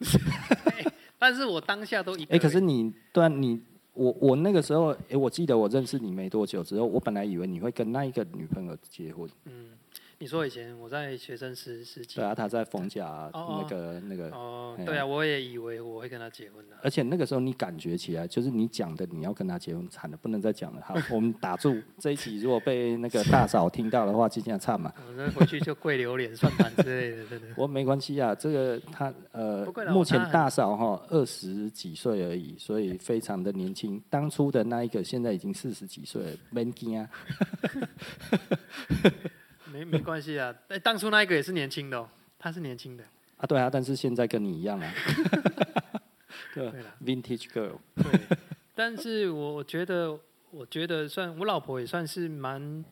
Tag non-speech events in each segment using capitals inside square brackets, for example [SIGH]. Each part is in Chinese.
[LAUGHS] 但是我当下都一个哎、可是你对啊，你我我那个时候，哎、我记得我认识你没多久之后，我本来以为你会跟那一个女朋友结婚，嗯，你说以前我在学生时时期对，啊，她在逢甲、嗯哦那个那个，哦哎，呀对啊，我也以为我会跟他结婚的，而且那个时候你感觉起来，就是你讲的你要跟她结婚，惨了，不能再讲了。好，我们打住这一集，如果被那个大嫂听到的话，今 [LAUGHS] 天惨嘛。我那回去就跪榴莲、算盘之类的，真的。 [LAUGHS] 我没关系啊，这个她呃不会，啦目我前她很大嫂哈二十几岁而已，所以非常的年轻。当初的那一个现在已经四十几岁了，没劲啊。没没关系啊，哎，当初那一个也是年轻的哦，他是年轻的，啊，对啊，但是现在跟你一样啊。对对啦，Vintage Girl，对。但是我我觉得，我觉得算我老婆也算是蛮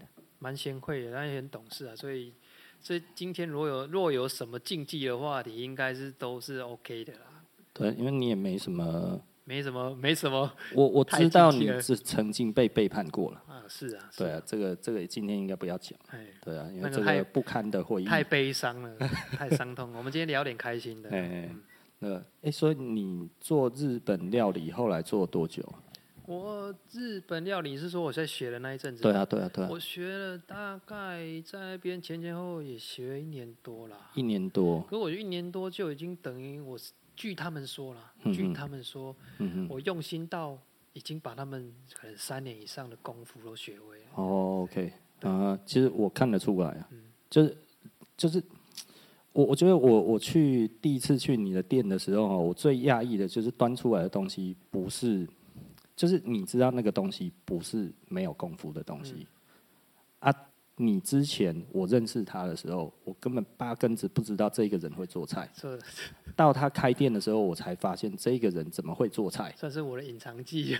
蛮贤惠的，她也很懂事啊，所以所以今天如果有若有什么禁忌的话题，应该是都是 OK 的啦，对，因为你也没什么，没什么没什么我我太知道禁忌你了是曾经被背叛过了。啊，是啊，是对啊，，这个这个今天应该不要讲。哎，对啊，因那为个这太个不堪的回忆。太悲伤 [LAUGHS] 了，太伤痛了。我们今天聊点开心的，哎嗯，那哎，所以你做日本料理后来做多久啊？我日本料理是说我在学的那一阵子，对啊，对啊，对啊，我学了大概在那边前前后后也学一年多啦。一年多。可我一年多就已经等于我是据他们说啦，嗯据嗯他们说，嗯嗯。我用心到已经把他们可能三年以上的功夫都学会了。哦，OK，啊，其实我看得出来啊嗯，就是就是。我我觉得我我去第一次去你的店的时候哦，我最讶异的就是端出来的东西不是，就是你知道那个东西不是没有功夫的东西、啊。你之前我认识他的时候，我根本八竿子不知道这个人会做菜，这到他开店的时候，我才发现这个人怎么会 [LAUGHS] 做菜。算是我的隐藏技，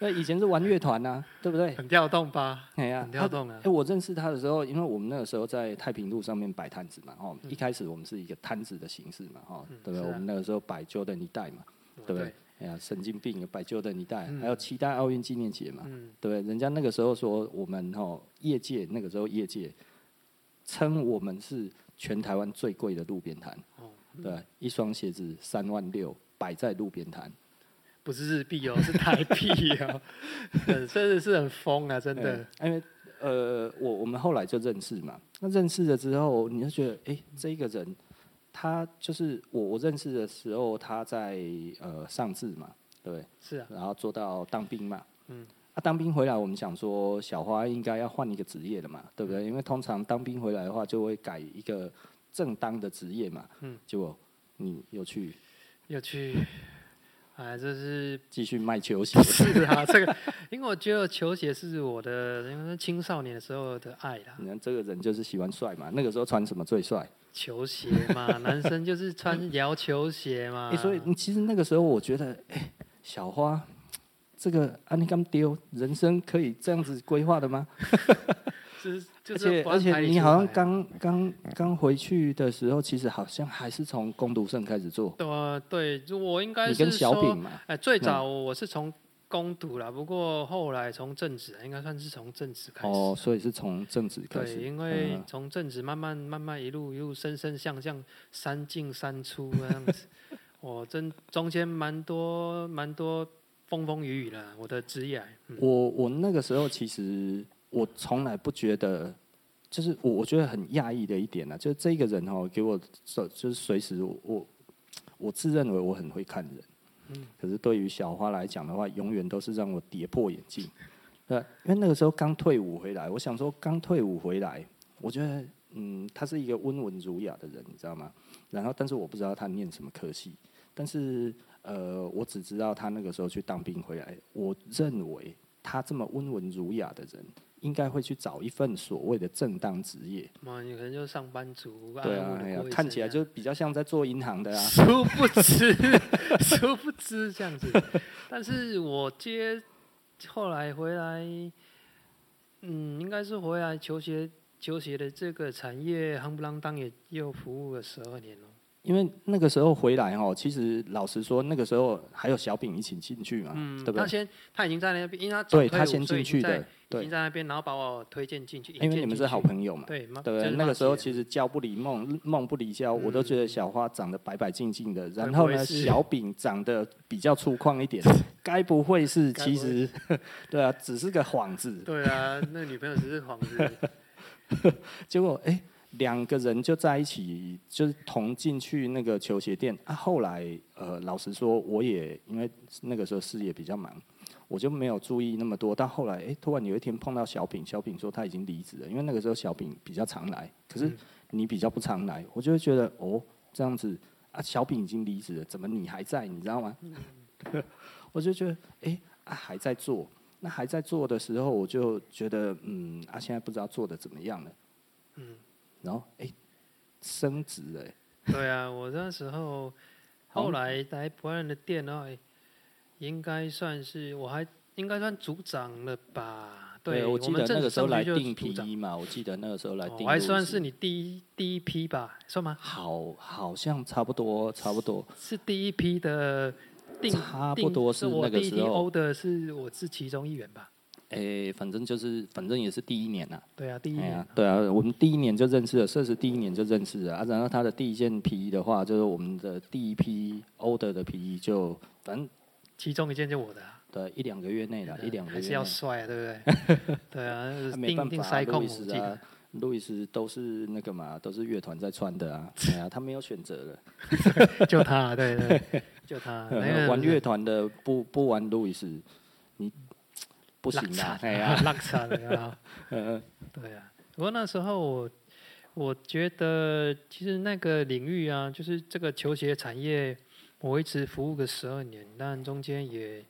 那以前是玩乐团呐，对不 [LAUGHS] 对？很跳动 [LAUGHS] 吧？哎呀、很他跳动啊哎、！我认识他的时候，因为我们那个时候在太平路上面摆摊子嘛，哦，一开始我们是一个摊子的形式嘛，哦，嗯对不对？是啊我们那个时候摆 Jordan 一代嘛，哦对不对？？哎呀，神经病，摆 Jordan 一代，嗯还有期待奥运纪念节嘛，嗯，对不对？人家那个时候说我们哦，业界那个时候业界称我们是全台湾最贵的路边摊，哦，对不对，一双鞋子三万六，摆在路边摊，不是日币哦，是台币 [LAUGHS] 哦，嗯真的是很疯啊！真的，嗯，因为呃，我我们后来就认识嘛。那认识了之后，你就觉得，哎、这一个人，他就是我我认识的时候，他在呃上志嘛，对不对，是啊，然后做到当兵嘛，嗯嗯。啊，当兵回来，我们想说小花应该要换一个职业了嘛，对嗯不对？因为通常当兵回来的话，就会改一个正当的职业嘛。嗯嗯，结果你又去又去，哎，这是 [LAUGHS] 继续卖球鞋 [LAUGHS] 不，是啊？这个，因为我觉得球鞋是我的因为青少年的时候的爱啦，你看这个人就是喜欢帅嘛。那个时候穿什么最帅？球鞋 [LAUGHS] 嘛，男生就是穿摇球鞋嘛欸，，所以你其实那个时候，我觉得，哎、小花，这个安利刚丢，人生可以这样子规划的吗？是就是而且不而按且牌理你出好像牌啊刚刚刚回去的时候，其实好像还是从攻读生开始做，对啊对，就我应该你是跟小嗯说饼，嘛，哎，最早我是从攻读啦，不过后来从正职，应该算是从正职开始。啊哦，所以是从正职开对，始，因为嗯从正职慢慢慢慢一路一路升升向向三进三出那样子，我真中间蛮多蛮多风风雨雨啦，我的职业，嗯，我我那个时候其实我从来不觉得，就是我我觉得很讶异的一点呢、啊就是这个人哦，给我手就是随时我我我自认为我很会看人，可是对于小花来讲的话，永远都是让我跌破眼镜。对，因为那个时候刚退伍回来，我想说刚退伍回来，我觉得嗯，他是一个温文儒雅的人，你知道吗？然后，但是我不知道他念什么科系，但是呃，我只知道他那个时候去当兵回来，我认为他这么温文儒雅的人，应该会去找一份所谓的正当职业。嘛，你可能就是上班族，对安啊稳，地哎呀过，一看生起来这样就比较像在做银行的啊。殊不知， [LAUGHS] 殊不知这样子。但是我接后来回来，嗯，应该是回来球鞋球鞋的这个产业，夯不啷当也又服务了十二年了。因为那个时候回来哈，其实老实说，那个时候还有小饼一起进去嘛，嗯，对不他对？先他已经在那边，因为他早退对他伍先所以已经进去在的，已对经，在那边，然后把我推荐进去，因为你们是好友，朋友嘛，对，妈对不真对？是嗯那个骂时候起其人实教不离梦，梦不离教，我都觉得小花长得白白净净的，然不后会呢，是小饼长得比较粗犷 [LAUGHS] 一点，该不会是该其不会实 [LAUGHS] 对啊，只是个幌子，对啊，那个女朋友只是幌 [LAUGHS] 子，结果哎，两、个人就在一起，就是同进去那个球鞋店啊。后来呃，老实说，我也因为那个时候事业比较忙，我就没有注意那么多。到后来，哎、突然有一天碰到小饼，小饼说他已经离职了，因为那个时候小饼比较常来，可是嗯你比较不常来，我就会觉得哦，这样子啊，小饼已经离职了，怎么你还在？你知道吗？ [LAUGHS] 我就觉得哎、啊还在做。那还在做的时候，我就觉得，嗯，啊，现在不知道做的怎么样了。然后哎、升职了、哎对啊，我那时候 [LAUGHS] 好后来来不二的店的话，应该算是我还应该算组长了吧？对，我我记们得那正个时候上来去就订组皮长衣嘛，我记得那个时候来哦订，我还路算易斯是你第一第一批吧，算吗？好，好像差不多，差不多，是第一批的定，差不定多是是我那个第一时批候，欧的是我是其中一员吧？哎、反正就是，反正也是第一年呐、对啊，第一哎员呀，对啊，我们第一年就认识了，设置第一年就认识了啊。然后他的第一件皮衣的话，就是我们的第一批 order 的皮衣就，反正其中一件就我的啊、对一两个月内了，一两个还月是内要帅、啊，对不 [LAUGHS] 对？对啊，啊没定办定法、啊，塞路控易我斯记得啊，路易斯都是那个嘛，都是乐团在穿的啊，哎呀，他没有选择了。就他，对对， [LAUGHS] 就 [LAUGHS] 他那个呃玩乐团的不不玩路易斯，你不不行啦，哎呀， [LAUGHS] 嗯呀，拉惨啊了 [LAUGHS] 啊，对啊。不过那时候我我觉得，其实那个领域啊，就是这个球鞋产业，我一直服务个十二年，但中间也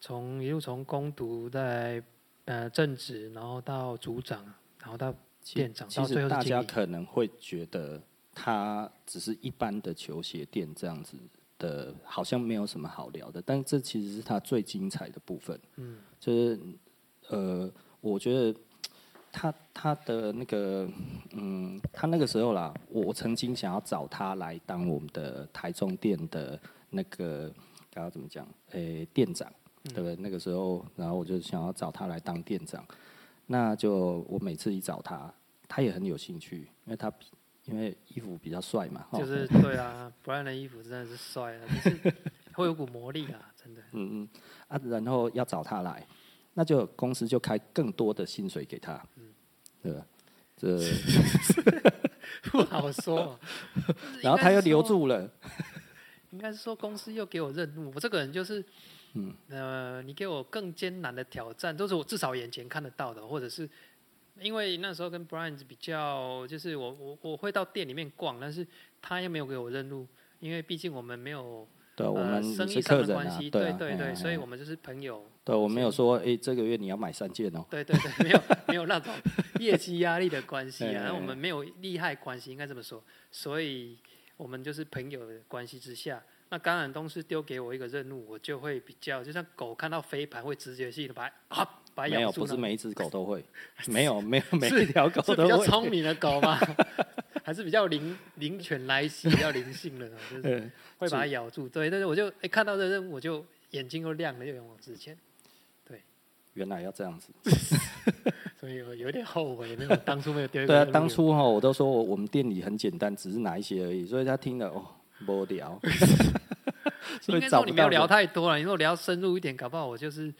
从一路从攻读在呃正职，然后到组长，然后到其店长，其到最实后大是经家理。可能会觉得它只是一般的球鞋店这样子的，好像没有什么好聊的，但这其实是它最精彩的部分。嗯，就是呃，我觉得他他的那个嗯，他那个时候啦，我我曾经想要找他来当我们的台中店的那个，刚刚怎么讲？诶、店长，嗯对不对？那个时候，然后我就想要找他来当店长，那就我每次一找他，他也很有兴趣，因为他比因为衣服比较帅嘛，哈就是对啊，Brian 的衣服真的是帅啊，就是 [LAUGHS] 会有股魔力啊，真的。嗯嗯啊，然后要找他来，那就公司就开更多的薪水给他，嗯对吧？这，不好说。就是 [LAUGHS] 然后他又留应该是说，住了，应该是说公司又给我任务，我这个人就是，嗯，呃，你给我更艰难的挑战，都是我至少眼前看得到的，或者是因为那时候跟 Brian 比较，就是我我我会到店里面逛，但是他又没有给我任务，因为毕竟我们没有对，我呃们生是意上客的人关啊系，，啊，对哎呀对，所以哎呀我们就是朋友，对我没有说，哎，这个月你要买三件哦，对对对，没有没有那种业绩压力的关系哎哎啊，哎然后我们没有利害关系，应该这么说，所以我们就是朋友的关系之下。那当然，东西丢给我一个任务，我就会比较，就像狗看到飞盘会直觉性的把它啊把它没有，咬住不那是种，每一只 [LAUGHS] 狗都会，没有，没有，每是一条狗是都 [LAUGHS] 比较会。聪明的狗嘛， [LAUGHS] 还是比较灵灵犬来袭，比较灵性的，就是呃会把它咬住。对，但是我就哎看到这任务，我就眼睛又亮了，又勇往直前，原来要这样子，所以我有点后悔，没有当初没有丢一个对啊，任务当初哈我都说我我们店里很简单，只是拿一些而已，所以他听了哦，[LAUGHS] 无聊， [LAUGHS] 所应以该找说不你没有到人聊太多了，你如果聊深入一点，搞不好我就是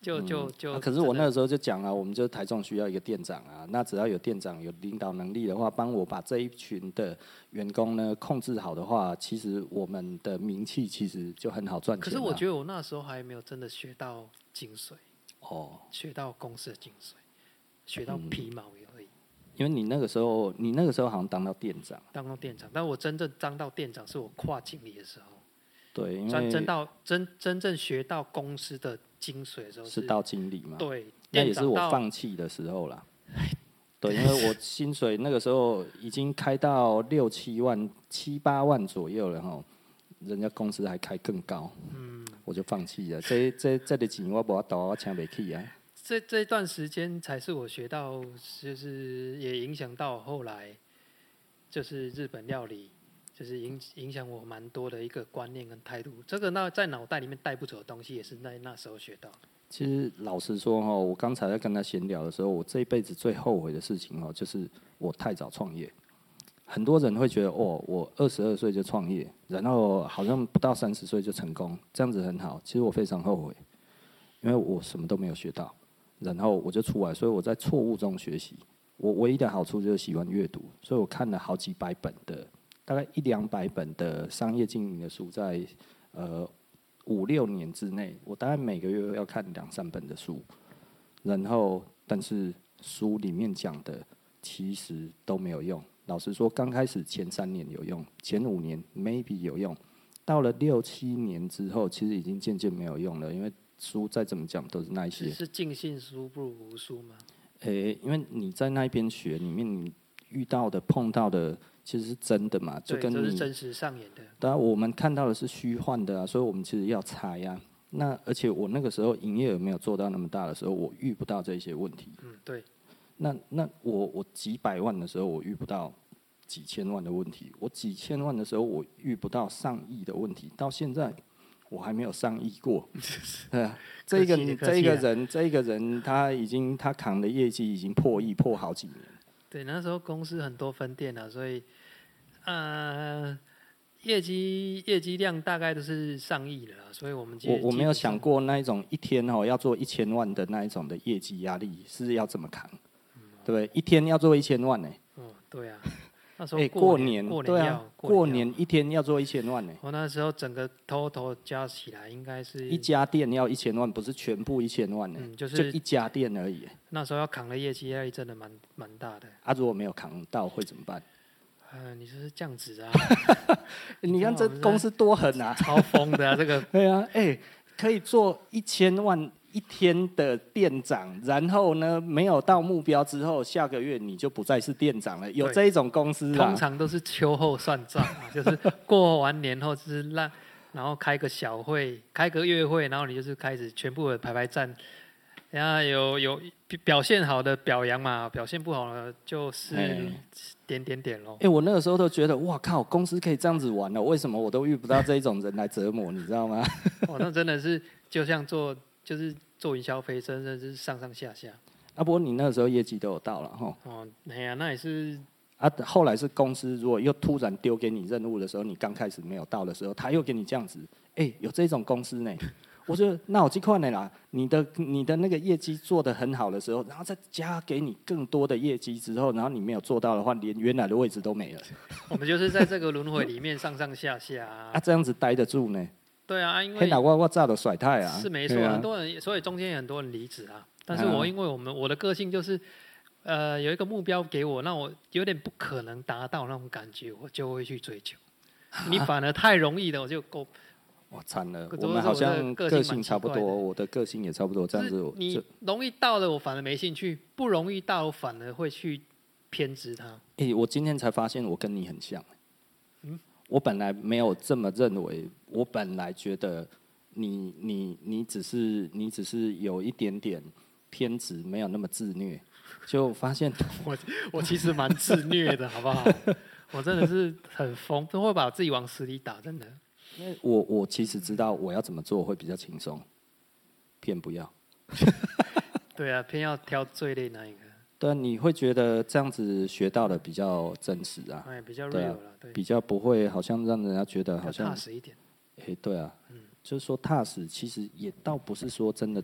就就就、啊可是我那真的个时候就讲啊了，我们就台中需要一个店长啊，那只要有店长有领导能力的话，帮我把这一群的员工呢控制好的话，其实我们的名气其实就很好赚钱、啊。可是我觉得我那时候还没有真的学到精髓，哦，学到公司的精髓，学到皮毛而已。因为你那个时候，你那个时候好像当到店长，当到店长，但我真正当到店长是我跨经理的时候，对，因真真为到真真正学到公司的精髓的时候是到经理嘛，对，那也店是长我到放弃的时候 [LAUGHS] 啦。对，因为我薪水那个时候已经开到六七万、七八万左右了哈，人家公司还开更高，嗯，我就放弃了。这这这的钱我不要倒，我请不起啊。这这段时间才是我学到，就是也影响到后来，就是日本料理，就是影影响我蛮多的一个观念跟态度。这个那在脑袋里面带不走的东西，也是在那时候学到的。其实老实说哈，我刚才在跟他闲聊的时候，我这一辈子最后悔的事情哦，就是我太早创业。很多人会觉得哦，我二十二岁就创业，然后好像不到三十岁就成功，这样子很好。其实我非常后悔，因为我什么都没有学到，然后我就出来，所以我在错误中学习。我唯一的好处就是喜欢阅读，所以我看了好几百本的，大概一两百本的商业经营的书在，呃五六年之内，我大概每个月要看两三本的书，然后但是书里面讲的其实都没有用。老实说，刚开始前三年有用，前五年 maybe 有用，到了六七年之后，其实已经渐渐没有用了，因为书再怎么讲都是那一些只。是尽信书不如无书嘛。诶、因为你在那边学里面，你遇到的、碰到的，其实是真的嘛，就对，跟这是你真实上演的。当然我们看到的是虚幻的啊，所以我们其实要猜呀、那而且我那个时候营业额没有做到那么大的时候，我遇不到这些问题。嗯，对，那那我我几百万的时候，我遇不到几千万的问题；我几千万的时候，我遇不到上亿的问题。到现在，我还没有上亿 [LAUGHS] 过。对啊，这个客气客这气个啊人，这个人他已经他扛的业绩已经破亿，破好几年。对，那时候公司很多分店啊，所以，呃，业绩业绩量大概都是上亿了啊啦，所以我们其实我我基没有本想上，过那一种一天哦要做一千万的那一种的业绩压力是要怎么扛，对不对？一天要做一千万呢、嗯，对啊，那时哎、候过年过对要、啊，过年年一天要做一千万呢、要，我那时候整个 total 加起来应该是一家店要一千万，不是全部一千万呢、嗯，就就是一家店而已、那时候要扛的业绩压力真的蛮蛮大的。啊，如果没有扛到会怎么办？呃，你这是这样子啊， [LAUGHS] 你看知道这我们公司多狠啊！超疯的啊，这个对啊，哎、可以做一千万一天的店长，然后呢，没有到目标之后，下个月你就不再是店长了。有对这一种公司啊通，常都是秋后算账嘛，就是过完年后就是让，然后开个小会，开个月会，然后你就是开始全部的排排站，然后有有表现好的表扬嘛，表现不好的就是哎点点点咯哎、。我那个时候都觉得，哇靠，公司可以这样子玩了、为什么我都遇不到这一种人来折磨，你知道吗？ [LAUGHS] [LAUGHS] 哦，那真的是就像做就是做云霄飞车，真的是上上下下。啊，不过你那个时候业绩都有到了哈。哦，哎呀，那也是啊，后来是公司如果又突然丢给你任务的时候，你刚开始没有到的时候，他又给你这样子，哎、有这种公司呢。 [LAUGHS] 我觉得那我这块呢啦，你的你的那个业绩做得很好的时候，然后再加给你更多的业绩之后，然后你没有做到的话，连原来的位置都没了，我们就是啊在这个轮回里面上上下下、啊啊，。这样子待得住呢？对啊，因嘿，为哪我我炸的甩太啊，是没错，对啊很多人，所以中间很多人离职啊。但是嗯我因为我们我的个性就是，呃，有一个目标给我，那我有点不可能达到那种感觉，我就会去追 [LAUGHS] 求。你反而太容易的，我就够。我惨了，可是我们好像我的个性蛮奇怪的性差不多，我的个性也差不多，这样子就是我就你容易到了，我反而没兴趣；不容易到，我反而会去偏执它。诶、我今天才发现我跟你很像、欸嗯我本来没有这么认为，我本来觉得你你你只是你只是有一点点偏执，没有那么自虐，就发现 [LAUGHS] [LAUGHS] 我其实蛮自虐的，好不好？我真的是很疯，都会把自己往死里打，真的。我我其实知道我要怎么做会比较轻松，偏不要。对啊，偏要挑最累那一个，但你会觉得这样子学到的比较真实啊，哎，比较对 real 啊了，对，比较不会好像让人家觉得比较踏好像实一点。诶，对啊，就是说踏实，其实也倒不是说真的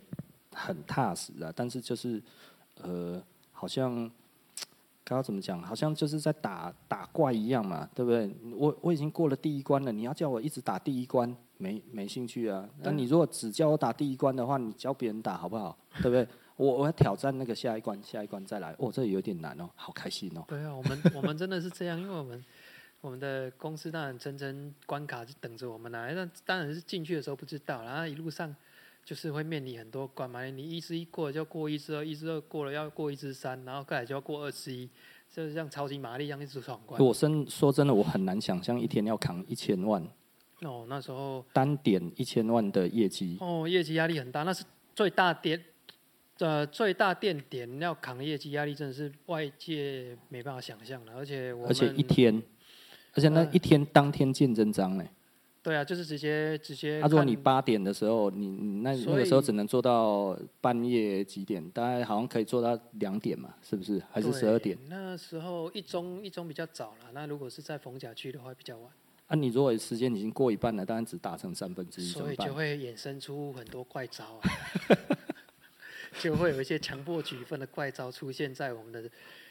很踏实啊，但是就是呃，好像刚刚怎么讲，好像就是在打打怪一样嘛，对不对？我我已经过了第一关了，你要叫我一直打第一关，没没兴趣啊。那你如果只叫我打第一关的话，你教别人打好不好？对不对？我我要挑战那个下一关，下一关再来。哦，这有点难哦，好开心哦。对啊，我 [LAUGHS] 们我们真的是这样，因为我们我们的公司当然层层关卡就等着我们来，那当然是进去的时候不知道，然后一路上就是会面临很多关嘛，你一之一过了就要过一之二，一之二过了要过一之三，然后再来就要过二之一，就是像超级玛丽一样一直闯关。我真说真的，我很难想象一天要扛一千万哦，那时候单点一千万的业绩。哦业绩压力很大，那是最大点。呃，最大垫点要扛的业绩压力真的是外界没办法想象的，而且我们而且一天，而且那嗯一天当天见真章呢、对啊，就是直接直接他、看。如果你八点的时候，你你那所以那个时候只能做到半夜几点？大概好像可以做到两点嘛，是不是？还是对十二点？？那时候一中一中比较早了，那如果是在逢甲区的话比较晚，啊，你如果时间已经过一半了，当然只达成三分之一，怎所么以办就？会衍生出很多怪招啊， [LAUGHS] 就会有一些强迫举分的怪招出现在我们的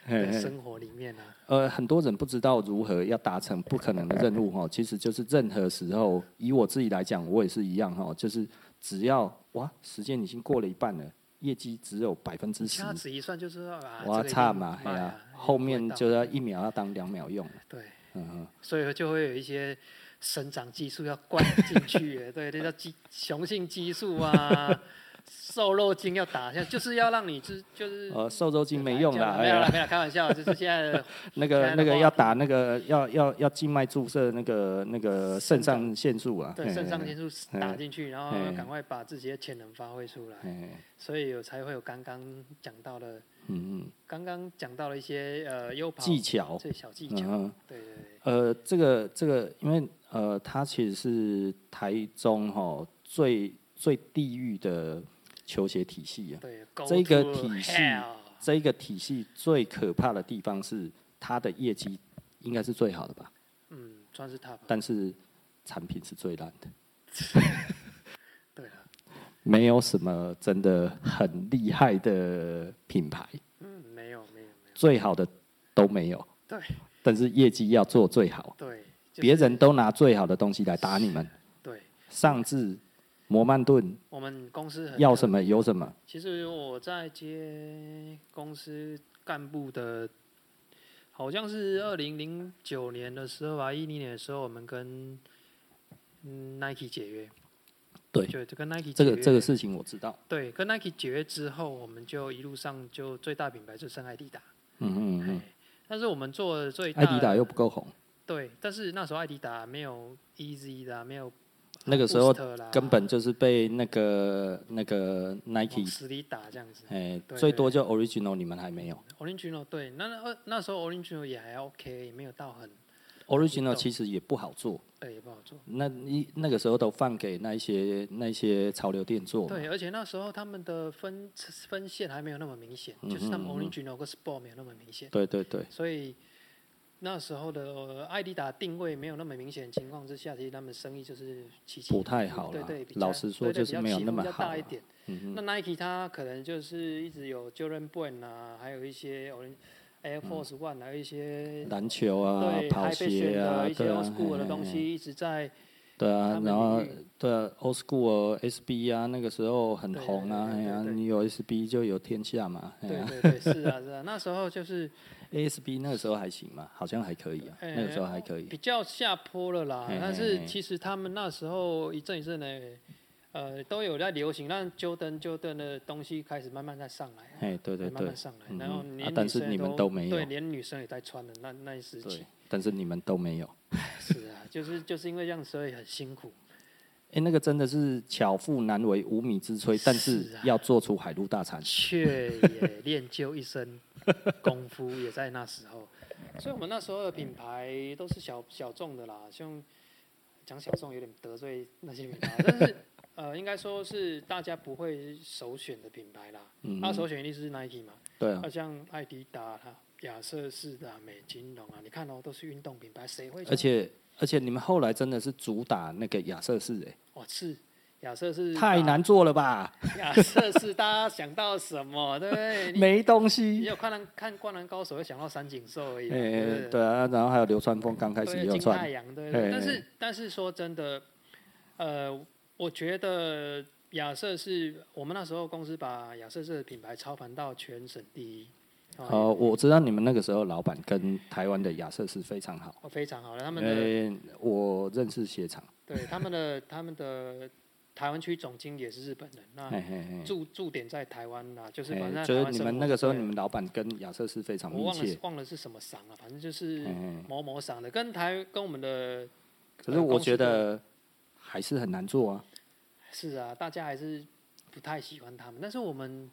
嘿的嘿生活里面啊。呃，很多人不知道如何要达成不可能的任务哈，其实就是任何时候，以我自己来讲，我也是一样哈，就是只要哇，时间已经过了一半了，业绩只有百分之十，掐指一算就是啊，哇，这个一定差嘛，卖哎呀啊，后一定面会到就要一秒要当两秒用，对，嗯哼，所以就会有一些生长激素要灌进去， [LAUGHS] 对，这叫激雄性激素啊， [LAUGHS] 瘦肉精要打下，就是要让你就是就是呃，瘦肉精没用啦，哎没有啦，呀，没有啦，开玩笑，就是现在的那现个在的那个话要打那个要要要静脉注射那个那个肾上腺素啊， [LAUGHS] 对嘿肾上腺嘿素打进去，然后嗯赶快把自己的潜能发挥出来，嘿嘿所以有才会有刚刚讲到的，嗯嗯，刚刚讲到了一些呃优跑技巧，这小技嗯巧，哼。对对对，呃，这个这个，因为呃，它其实是台中哈最最地域的球鞋体系啊。对，go 这个 to 体系 hell 这一个体系最可怕的地方是它的业绩应该是最好的吧，嗯，算是 top，但是产品是最烂的，对了，没有什么真的很厉害的品牌，嗯，没有没有没有，最好的都没有。对。但是业绩要做最好，对，就是别人都拿最好的东西来打你们。对。上至摩曼顿我们公司很要什么有什么。其实我在接公司干部的，好像是二零零九年的时候吧，一零年的时候，我们跟嗯 Nike 解约。对就跟 Nike 解这个约这个事情我知道，对，跟 Nike 解约之后，我们就一路上就最大品牌就圣艾迪达，嗯嗯嗯哎，但是我们做的最大艾迪达又不够红，对，但是那时候艾迪达没有 Easy 啦，没有那个时候 Boost 啦根本就是被那个那个往 Nike，死里打这样子。哎，对最多就 Original，你们还没有。 Orangino 对，那那呃那时候 Orangino 也还 OK，也没有到很， Original 其实也不好做，对，也不好做。那一那个时候都放给那一些那一些潮流店做嘛，对，而且那时候他们的分分线还没有那么明显，就是嗯他们 Orangino 跟 Sport 没有那么明显，对对对，所以那时候的呃艾迪达定位没有那么明显的情况之下，其实他们生意就是起起不太好对啦对，比较老实说对对就比较是没有起那伏么比较好大一啦点。嗯那 Nike 它可能就是一直有 Jordan b r a n 啊，还有一些 Orange Air Force One 啊，一些哼，篮球啊，对跑还被选鞋啊的一，些对 old 啊，嘿 school 的东西一直在对他啊，们然后领域对啊，old school SB 啊，那个时候很对对红啊，对对哎呀，对你有 SB 就有天下嘛，哎对呀对对，是啊是啊，那时候就是，ASB 那个时候还行嘛，好像还可以啊，哎那个时候还可以。比较下坡了啦嘿嘿。但是嘿其实他们那时候一阵一阵的，呃，都有在流行，让 Jordan Jordan 的东西开始慢慢在上来，哎，对对慢对慢，上来嗯，然后嗯啊连但女是生你们都都没有对，连女生也在穿的那那一时期对，，但是你们都没有。是啊，就是就是因为这样，所以很辛苦。哎，那个真的是巧妇难为无米之炊，但是是啊要做出海陆大 [LAUGHS] 餐。却也练就一身功夫，也在那时候。所以我们那时候的品牌都是小小众的啦，像讲小众有点得罪那些品牌，但是呃，应该说是大家不会首选的品牌啦。嗯那、，首选一定是 Nike 嘛，对啊那、，像艾迪达啦、亚瑟士的、啊、美津浓啊，你看哦，都是运动品牌，谁会穿？而且而且你们后来真的是主打那个亚瑟士，哎，哇，是亚瑟士太大，难做了吧，亚瑟士大家想到什么，对不对？你没东也西。有看篮看《灌篮高手》，会想到三井寿而已嘛，对不哎，对对啊，然后还有流川枫刚开始也对，有金穿太，阳，对对。哎但是但是说真的，呃，我觉得亚瑟是我们那时候公司把亚瑟这个品牌操盘到全省第一，哦，哦，我知道你们那个时候老板跟台湾的亚瑟士非常好，哦非常好了。他因们的为我认识鞋厂，对他们的他们的台湾区总经理也是日本人，那嘿哎嘿嘿，驻驻点在台湾啊，就是反正哎在就台是湾你生们活那个时候，对你们老板跟亚瑟士非常我密忘了切哎是，忘了是什么赏了，反正就是嘿嘿某某赏的，跟台跟我们的。可是呃我公司觉的得还是很难做啊。是啊，大家还是不太喜欢他们，但是我们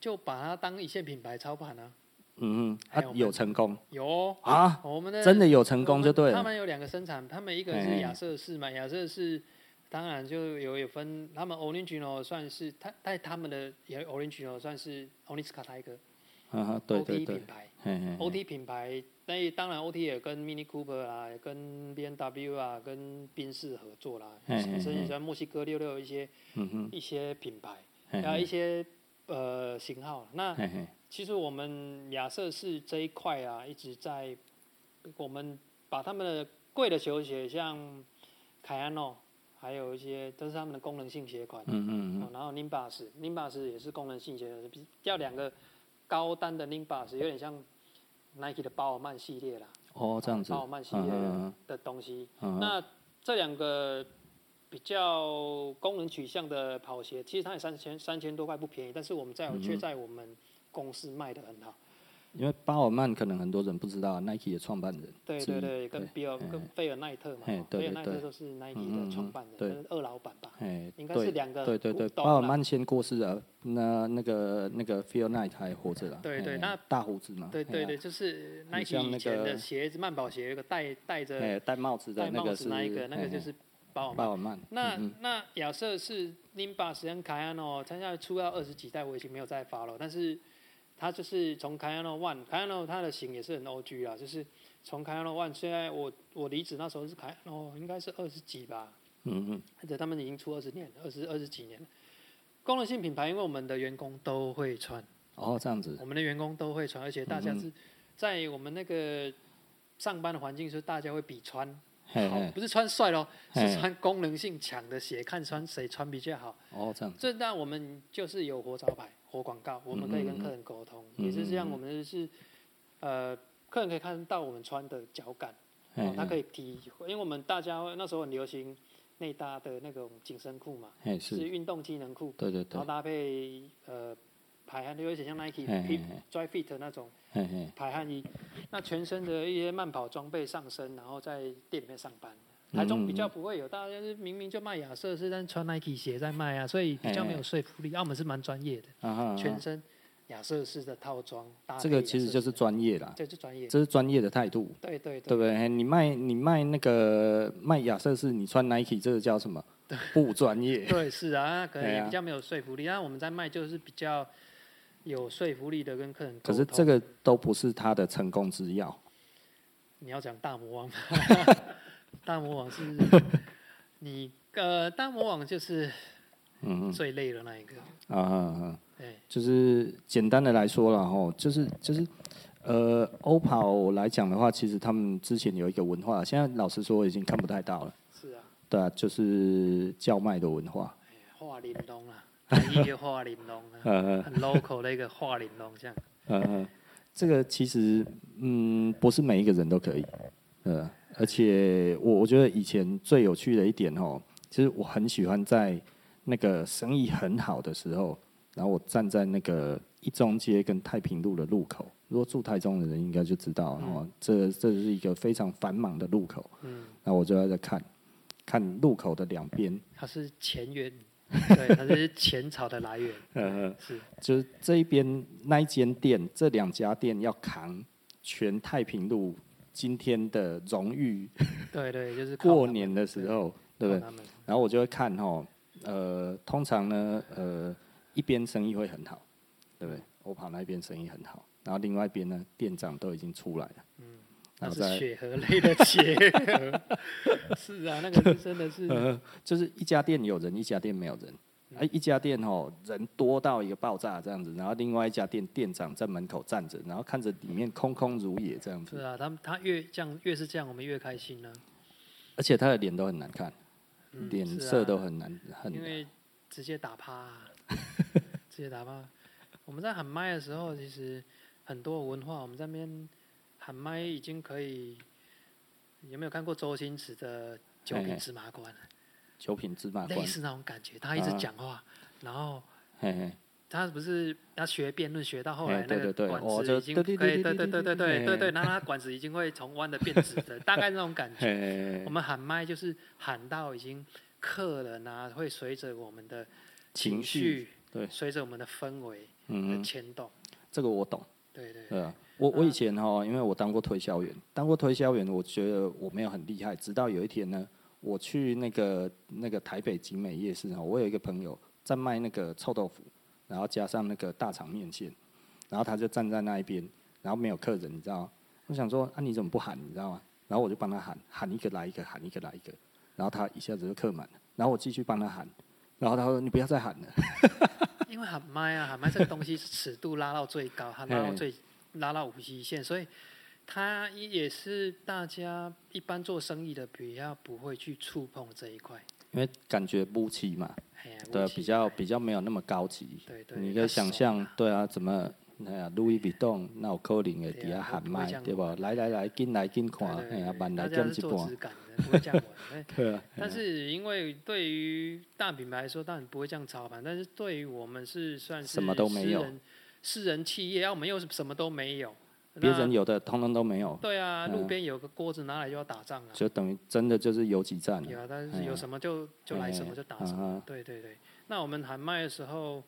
就把它当一线品牌操盘啊。嗯还哼，有我啊们有成功有哦啊，我们的真的有成功就对他了。们有两个生产，他们一个哎是亚瑟士嘛，亚瑟士当然就有有分，他们 Original 算是他在他们的也 Original 算是 Oniska Tiger 嗯哼，对对 OT 对品，牌嘿嘿嘿，OT 品牌，那当然 OT 也跟 Mini Cooper 啊，也跟 B N W 啊，跟宾士合作啦，哎哎哎甚至像墨西哥六六一些嗯哼，一些品牌，嘿还有一嘿些呃型号，那。嘿嘿，其实我们亚瑟士这一块啊，一直在我们把他们的贵的球鞋，像凯安诺，还有一些都是他们的功能性鞋款，嗯嗯哦、然后 Nimbus，Nimbus 也是功能性鞋款，比要两个高单的 Nimbus，有点像 Nike 的鲍尔曼系列啦，哦这样子，鲍尔嗯曼系列的,、嗯东西。嗯嗯那这两个比较功能取向的跑鞋，其实它也三千三千多块不便宜，但是我们在嗯哼却在我们公司卖的很好。因为巴尔曼可能很多人不知道，Nike 的创办人对之对对，一跟对比尔跟嘿菲尔奈特嘛嘿，哦对菲尔对奈特对就是 Nike 嗯嗯的嗯创办人，对跟二老板吧，哎，应该是对两个对对对，股东巴尔啦曼先过世了，那那个那个 Phil Knight 还活着了，对对哎那大胡子嘛，对对哎对，呀，就是很 Nike 像那以前个的鞋子，慢跑鞋有一个戴戴着哎，戴帽子的戴那帽个子是那一个，那个就哎是包嘛。巴尔曼，那嗯那亚瑟是 Nimbus 跟 Cayano 参加出到二十几代，我已经没有再发了，但是它就是从 Cayano One，Cayano 它的型也是很 OG 啦，就是从 Cayano One，现在我我离职那时候是 Cayano 应该是二十几吧，嗯嗯而且他们已经出二十年、二十二十几年了。功能性品牌，因为我们的员工都会穿，哦这样子，我们的员工都会穿，而且大家嗯是在我们那个上班的环境，是大家会比穿嘿好，嘿，不是穿帅咯，嘿是穿功能性强的鞋，看穿谁穿比较好。哦这样子，这那我们就是有活招牌、活广告，我们可以跟客人沟通，嗯也是这样，嗯我们就是呃，客人可以看到我们穿的脚感。嘿哦，它可以，以提，因为我们大家那时候很流行内搭的那种紧身裤嘛，哎是是，运动机能裤，对对然对后，搭配呃排汗，有一点像 Nike 嘿 Fit 嘿 Dry Fit 那种嘿嘿，排汗衣，那全身的一些慢跑装备上身，然后在店里面上班。嗯台中比较不会有，大家就是明明就卖亚瑟士，但是穿 Nike 鞋在卖啊，所以比较没有说服力。澳门是蛮专业的，啊哈嗯啊全哈，身亚瑟士的套装搭配这个其实就是亚瑟士专业啦，这就专业，这是专业的态度。对对对对不对？嘿你卖你卖那个卖亚瑟士，你穿 Nike 这个叫什么？不 [LAUGHS] 专业。对，是啊，可能对也啊比较没有说服力。那我们在卖就是比较有说服力的，跟客人可沟是通。这个都不是他的成功之要。你要讲大魔王吗， [LAUGHS] 大魔王 [LAUGHS] 是你呃，大魔王就是嗯最累的那一个。嗯啊啊啊！对，就是简单的来说了吼，就是就是呃，欧跑来讲的话，其实他们之前有一个文化，现在老实说已经看不太到了。是啊，对啊，就是叫卖的文化。哎呀化玲珑啊，一个化玲珑 [LAUGHS] 啊，呃很 local 的一个化玲珑 [LAUGHS] 这样。呃呃，这个其实嗯，不是每一个人都可以。呃，而且我我觉得以前最有趣的一点哦，其实我很喜欢在那个生意很好的时候，然后我站在那个一中街跟太平路的路口。如果住台中的人应该就知道，然后这这是一个非常繁忙的路口。嗯，那我就在这看，看路口的两边，它是前缘，对，它是前朝的来源。 [LAUGHS] 呃，是，就是这一边那一间店，这两家店要扛全太平路今天的荣誉。对对，就是靠过他们年的时候，对不对靠？他们然后我就会看哦，呃，通常呢，呃，一边生意会很好，对不对？我跑那边生意很好，然后另外一边呢，店长都已经出来了，嗯然那后是再血和泪的结合。是啊，那个是真的 [LAUGHS] 是，呃，就是一家店有人，一家店没有人。嗯哎、一家店哦，人多到一个爆炸这样子，然后另外一家店店长在门口站着，然后看着里面空空如也这样是子，啊，他们他越这样越是这样，我们越开心呢、而且他的脸都很难看，嗯脸是啊色都很难，很因为直接打趴啊、直接打趴。我们在喊麦的时候，其实很多文化，我们这边喊麦已经可以。有没有看过周星驰的《九嘿品嘿芝麻官》九品芝麻官类，似那种感觉，他一直啊讲话，然后嘿嘿，他不是他学辩论学到后来哎那对个对对管哦子就已经对可以，对对对对对对对对对对哎对，那他管子已经会从弯的变直的，大概那种感觉。嘿嘿我嘿们喊麦就是喊到已经客人啊会随着我们的情绪绪，嗯对随着我们的氛围嗯的哼，牵动，这个我懂，对对对啊，我我以前哈，因为我当过推销员，当过推销员，我觉得我没有很厉害。直到有一天呢，我去那个那个台北景美夜市哈，我有一个朋友在卖那个臭豆腐，然后加上那个大肠面线，然后他就站在那一边，然后没有客人，你知道吗？我想说啊，你怎么不喊？你知道吗？然后我就帮他喊，喊一个来一个，喊一个来一个，然后他一下子就客满了。然后我继续帮他喊，然后他说你不要再喊了。因为喊麦啊，喊麦这个东西是尺度拉到最高，它拉到最拉到无极限，所以它也是大家一般做生意的比较不会去触碰这一块。因为感觉不齐嘛，哎呀，对啊无，极比较限比较没有那么高级。对对，你比可较以想熟象啦，对啊，怎么哎呀，路易比动，那有可能会底对啊下喊不会麦这，样对吧？来来来，进来进对看，对哎呀，对慢来大家减是一做半质，感的，不会这样玩。哎对啊，但是因为对于大品牌来说，当然不会这样操盘，但是对于我们是算是什么都没私有人私人企业，要没有什么都没有，别那人有的通通都没有，对啊，嗯路边有个锅子拿来就要打仗啊，就等于真的就是游击战有了。啊，但是有什么就就来什么就打什么嗯哼，对对对。那我们喊麦的时候，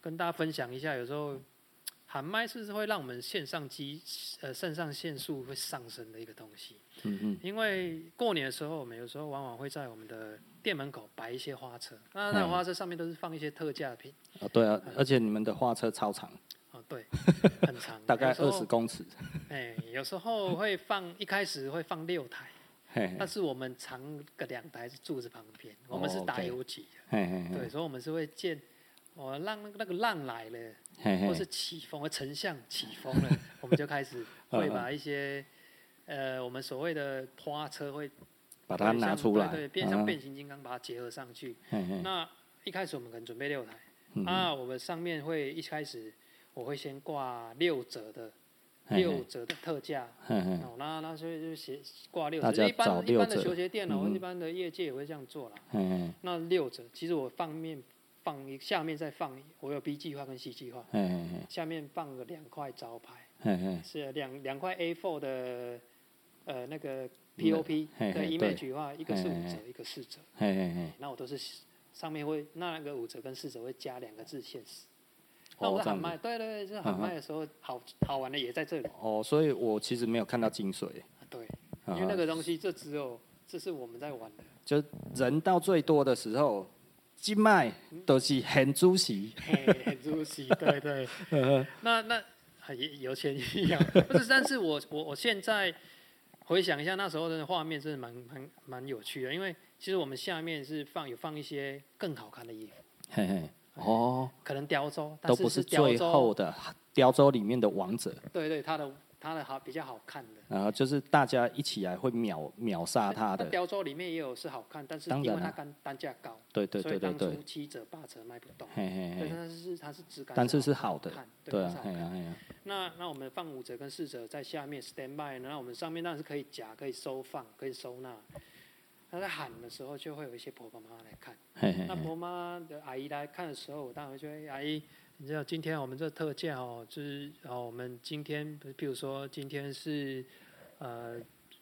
跟大家分享一下，有时候喊麦是会让我们线上肌呃肾上腺素会上升的一个东西，嗯嗯，因为过年的时候，我们有时候往往会在我们的店门口摆一些花车，那嗯那花车上面都是放一些特价品，啊对啊，而且你们的画车超长，哦对， [LAUGHS] 很长，大概有时候二十，公尺，哎，有时候会放一开始会放六台。嘿但是我们藏个两台是柱子旁边，我们是哦嗯打，OK 游击嘿嘿对，嘿所以我们是会见，我让那个那个浪来了，嘿或嘿，是起风，或成像起风了，我们就开 [LAUGHS] 始嗯会把一些呃我们所谓的花车会把它对拿像出来，对对，变啊像变形金刚把它结合上去。嘿嘿，那一开始我们可能准备六台，嗯啊，我们上面会一开始我会先挂六折的嘿嘿六折的特价，嘿嘿，哦，那那所以就写挂六大折，家一般找一般六的折球鞋店哦，嗯哼一般的业界也会这样做啦。嘿嘿那六折，其实我放面放一下面再放，我有 B 计划跟 C 计划，嘿嘿嘿下面放个两块招牌，嘿嘿，是两两块 A4 的呃那个 POP 嘿嘿的对 image 的话，一个是五嘿折嘿，一个四折，嘿嘿嘿，那我都是上面会那个五折跟四折会加两个字限时。那哦我在这喊样子麦，对对对，就是喊嗯哼麦的时候，好好玩的也在这里。哦，所以我其实没有看到精髓，对，因啊为那个东西，这只有这是我们在 [LAUGHS] 玩的。就人到最多的时候，今麦都是很主席，嘿，很出息，对对。嗯那那啊也有钱一样，不是？但是我我我现在回想一下那时候的画面，真的蛮蛮蛮有趣的，因为其实我们下面是放有放一些更好看的衣服，嘿嘿，哦，可能雕州，哎但都是不是雕最后州，的雕州里面的王者，对对，它的它的好比较好看的。然后就是大家一起来会秒秒杀他那的，雕州里面也有是好看，但是呃当因为然它啊单单价高，对对所以对对当对初，七折八折卖不动。嘿嘿对，嘿，但是它是质感，但是是好的，看，对它是啊好，嘿看啊嘿啊，那那我们放五折跟四折在下面 stand by 呢，那我们上面当然是可以夹、可以收放、可以收纳。那在喊的时候，就会有一些婆婆妈妈来看。嘿啊嘿那嘿，婆妈的阿姨来看的时候，我当然就会阿姨，你知道今天我们这特价哦，就是哦，我们今天，比如说今天是呃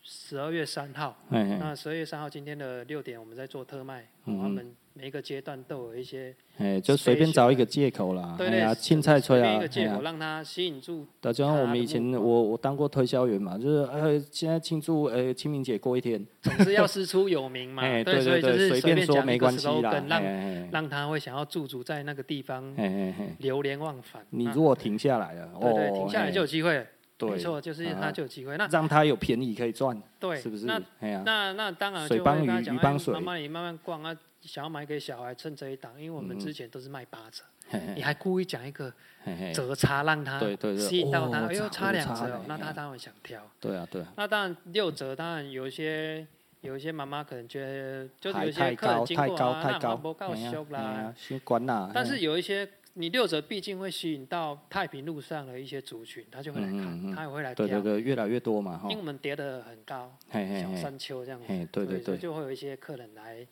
十二月三号，嘿嘿那十二月三号今天的六点，我们在做特卖，哦嗯他们每一个阶段都有一些嘿，就随便找一个借口啦，对哎对呀，青菜随吹便啊一个，哎借呀口，让他吸引住对，就像我们以前他的目我我当过推销员嘛，就是呃，现在庆祝呃清明节过一天，总是要师出有名嘛， [LAUGHS] 哎，对，所对以就对，是随便说讲没一个关系 slogan，啦，哎让嘿嘿让他会想要驻足在那个地方，嘿嘿嘿，流连忘返。哎你那如果停下来了，对对哦停下来就有嘿机会了，没对，错，就是啊他就有机会。那让他有便宜可以赚，对，是不是那？哎呀，那那当然水就会帮跟他鱼讲，鱼帮哎水妈妈你慢慢逛啊，想要买给小孩趁这一档，因为我嗯们之前都是卖八折，嘿嘿你还故意讲一个嘿嘿，折差让他哎对对对吸引到他，哦哎呦差差两差折哦嘞，那他哎当然想挑。对啊对啊，那当然六折，当然有一些有一些妈妈可能觉得，就是有还一些太客人高经太过高啊，太那高，不够哎呀俗哎啦呀。先管啦，但哎是呀有一些你六折毕竟会吸引到太平路上的一些族群，他就会来看，嗯嗯嗯他也会来挑，对对对，越来越多嘛哈因为，我们叠得很高，嘿嘿小嘿。山丘这样子，嘿，对所对以对，就会有一些客人来。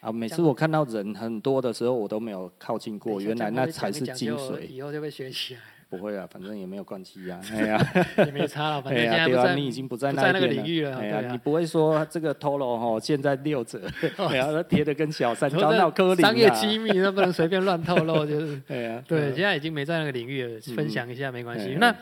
啊，每次我看到人很多的时候，我都没有靠近过，等一下原这来样那会讲才一是讲就精髓。以后就会学起来，不会啊，反正也没有关 [LAUGHS] 系啊，哎呀，也没差 [LAUGHS] 了，反哎正现呀，在对不啊，在你已经不在不那在一那个边领域了哎对呀，啊你不会说这个 Toro 哈现在六 [LAUGHS] 折，然后贴的跟小三我高这闹科林商业啊机密，那不能随便乱透露，就是。哎呀， [LAUGHS] 啊嗯对，现在已经没在那个领域了，分享一下没关系。嗯那